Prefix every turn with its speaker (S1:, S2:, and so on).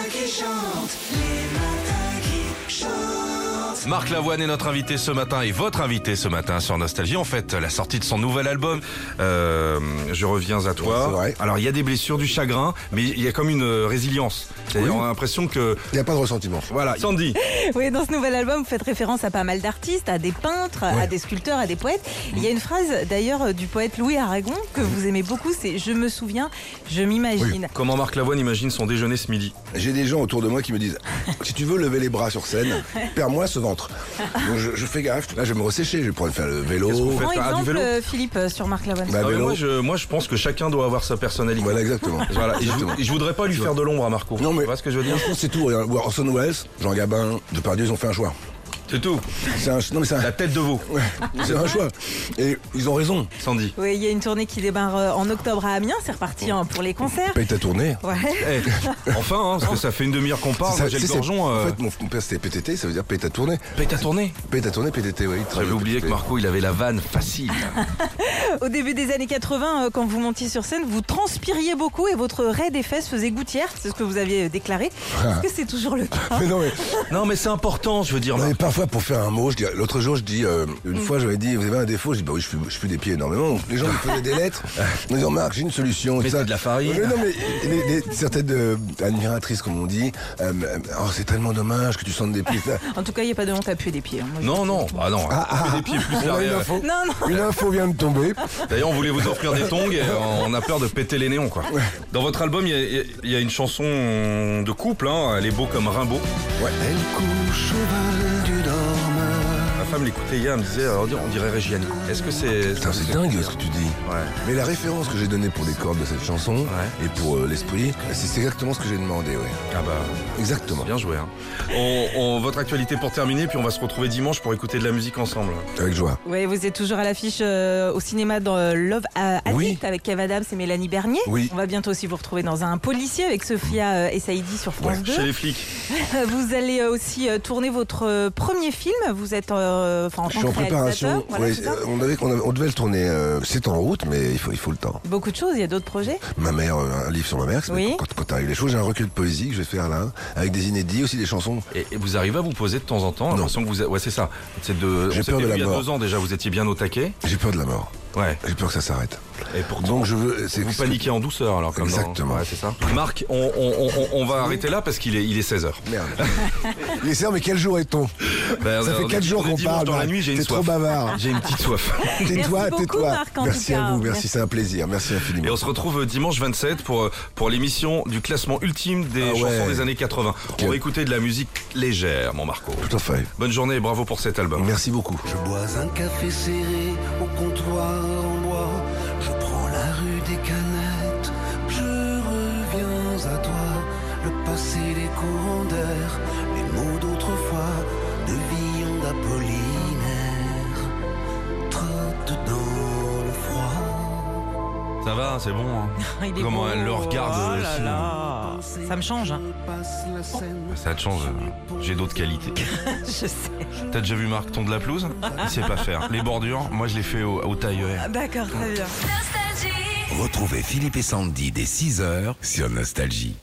S1: chantent, les matins qui chantent.
S2: Marc Lavoine est notre invité ce matin et votre invité ce matin sur Nostalgie. En fait, la sortie de son nouvel album, euh, Je reviens à toi.
S3: c'est vrai.
S2: Alors, il y a des blessures, du chagrin, mais il y a comme une euh, résilience. C'est-à-dire,
S3: Oui.
S2: On a l'impression que...
S3: Il n'y a pas de ressentiment.
S2: Voilà, Sandy,
S4: Oui, dans ce nouvel album, vous faites référence à pas mal d'artistes, à des peintres, à des sculpteurs, à des poètes. Il
S2: Mm.
S4: y a une phrase d'ailleurs euh, du poète Louis Aragon que vous aimez beaucoup, c'est Je me souviens, je m'imagine.
S2: comment Marc Lavoine imagine son déjeuner ce midi
S3: J'ai des gens autour de moi qui me disent si tu veux lever les bras sur scène, perds-moi ce ventre. Donc je, je fais gaffe. Là, je vais me ressécher. Je vais prendre faire le vélo.
S2: Qu'est-ce qu'on fait
S4: Prends
S2: faire du
S4: exemple,
S2: vélo
S4: euh, Philippe, euh, sur Marc Lavoine.
S3: Bah,
S2: Ah, mais
S3: vélo.
S2: moi, je, moi, je pense que chacun doit avoir sa personnalité.
S3: Voilà, exactement.
S2: Voilà, et je,
S3: Exactement.
S2: et je voudrais pas lui faire de l'ombre à Marco.
S3: Non, mais-
S2: Tu vois ce que je veux dire
S3: Je pense que c'est tout. Regarde, Orson Welles, Jean Gabin, Depardieu, ils ont fait un choix.
S2: C'est tout.
S3: C'est un, ch- non, mais c'est un,
S2: La tête de veau,
S3: c'est un choix. Et ils ont raison.
S2: Sandy.
S4: Oui, il y a une tournée qui démarre euh, en octobre à Amiens, c'est
S2: Oh.
S4: reparti hein, pour les concerts.
S3: Paye ta tournée.
S4: Ouais.
S2: Eh, enfin, hein, parce que ça fait une demi-heure qu'on parle,
S3: C'est ça,
S2: moi, j'ai
S3: tu
S2: le
S3: sais, c'est-
S2: gorgeon.
S3: En
S2: Oh, euh,
S3: fait, mon, mon père c'était PTT, ça veut dire paye ta tournée.
S2: Paye ta tournée
S3: Paye ta tournée, PTT, oui.
S2: J'avais oublié que Marco, il avait la vanne facile.
S4: Au début des années 80, euh, quand vous montiez sur scène, vous transpiriez beaucoup et votre raie des fesses faisait gouttière, c'est ce que vous aviez euh, déclaré.
S2: Ah.
S4: Est-ce que c'est toujours le cas
S3: Mais non, mais
S2: Non, mais c'est important, je veux dire.
S3: Non, mais
S2: Marc.
S3: parfois, pour faire un mot, je dis, l'autre jour, je dis, euh, une fois, j'avais dit, vous avez un défaut, je dis, bah oui, je fume, je fume des pieds énormément. Donc, Les gens me faisaient des lettres, en disant, Marc, j'ai une solution.
S2: Mettez
S3: ça.
S2: de la farine.
S3: Mais non, mais les- les- certaines euh, admiratrices, comme on dit, euh, oh, c'est tellement dommage que tu sentes des pieds. ça.
S4: En tout cas, il n'y a pas de honte à puer des pieds. hein. Moi, je-
S2: Non, non, bah non. que des pieds plus
S3: Ah, On a une
S2: l'arrière.
S3: info.
S4: Non, non.
S3: Une info vient de tomber.
S2: D'ailleurs, on voulait vous offrir des tongs et euh, on a peur de péter les néons, quoi. Dans votre album, il y a- il y, a une chanson de couple, hein, Elle est beau comme Rimbaud.
S3: Ouais. Elle couche au bal du dormeur.
S2: Ma femme l'écoutait hier, elle me disait, alors, on dirait- on dirait Reggiani. Est-ce que c'est.
S3: Putain, c'est dingue ce que tu dis.
S2: Ouais.
S3: Mais la référence que j'ai donnée pour les cordes de cette chanson et pour euh, l'esprit, c'est c'est exactement ce que j'ai demandé, ouais.
S2: Ah bah.
S3: Exactement.
S2: Bien joué. Hein. On, on- votre actualité pour terminer, puis on va se retrouver dimanche pour écouter de la musique ensemble.
S3: Avec joie.
S4: Ouais, vous êtes toujours à l'affiche euh, au cinéma dans euh, Love euh, Addict
S3: Oui.
S4: avec Kev Adams et Mélanie Bernier.
S3: Oui.
S4: On va bientôt aussi vous retrouver dans un policier avec Sophia euh, et Saïdi sur France
S2: Chez les flics.
S4: 2. Vous allez euh, aussi euh, tourner votre euh, premier film. Vous êtes euh, enfin, en
S3: Je
S4: tant
S3: suis en
S4: que
S3: préparation.
S4: réalisateur. Voilà,
S3: Ouais,
S4: c'est ça
S3: euh, on, avait, on, avait- on devait le tourner. euh, c'est en route, mais il faut, il faut le temps.
S4: Beaucoup de choses, il y a d'autres projets.
S3: Ma mère, euh, un livre sur ma mère. c'est-
S4: Oui.
S3: Quand, quand t'arrives les choses, j'ai un recueil de poésie que je vais faire là, avec des inédits, aussi des chansons.
S2: Et, et vous arrivez à vous poser de temps en temps. J'ai l'impression que vous. a- Ouais, c'est ça. C'est de.
S3: J'ai
S2: on s'était
S3: peur de
S2: vu
S3: la
S2: Il y a
S3: mort.
S2: deux ans déjà, vous étiez bien au taquet.
S3: J'ai peur de la mort.
S2: Ouais.
S3: J'ai peur que ça s'arrête.
S2: Et pourtant.
S3: Donc je veux. c'est-
S2: Vous paniquez en douceur alors comme dans-
S3: Exactement.
S2: Ouais, c'est ça. Marc, on, on- on- on va arrêter là parce qu'il est, il est 16h.
S3: Merde. Les sœurs, mais quel jour est-on
S2: Ben,
S3: Ça fait 4 jours qu'on parle.
S2: Dans la
S3: Marc.
S2: nuit, j'ai une
S3: T'es trop
S2: soif.
S3: bavard.
S2: J'ai une petite soif.
S3: Tais-toi,
S4: beaucoup,
S3: tais-toi.
S4: Marc, en tout
S3: Merci
S4: cas.
S3: à vous, merci,
S4: Merci.
S3: c'est un plaisir. Merci
S2: Et
S3: infiniment.
S2: on se retrouve dimanche 27 pour, euh, pour l'émission du classement ultime des
S3: Ah ouais.
S2: chansons des années 80. On
S3: Ok.
S2: va écouter de la musique légère, mon Marco.
S3: Tout à fait.
S2: Bonne journée et bravo pour cet album.
S3: Merci beaucoup.
S5: Je bois un café serré au comptoir en bois. Je prends la rue des canettes. Je reviens à toi. Le passé, les courants d'air, les mots d'autrefois, de Villon d'Apollinaire, trottent dans le froid.
S2: Ça va, c'est bon. hein.
S4: Il est
S2: Comment
S4: beau.
S2: elle le regarde, euh,
S4: Oh là
S2: aussi.
S4: là. Ça me change. hein.
S5: Je passe la Seine.
S2: Ça te change. euh, J'ai d'autres qualités.
S4: Je sais.
S2: T'as déjà vu Marc tondre la pelouse Il sait pas faire. Les bordures, moi je les fais au, E au tailleur.
S4: D'accord, très bien.
S6: Retrouvez Philippe et Sandy dès 6h sur Nostalgie.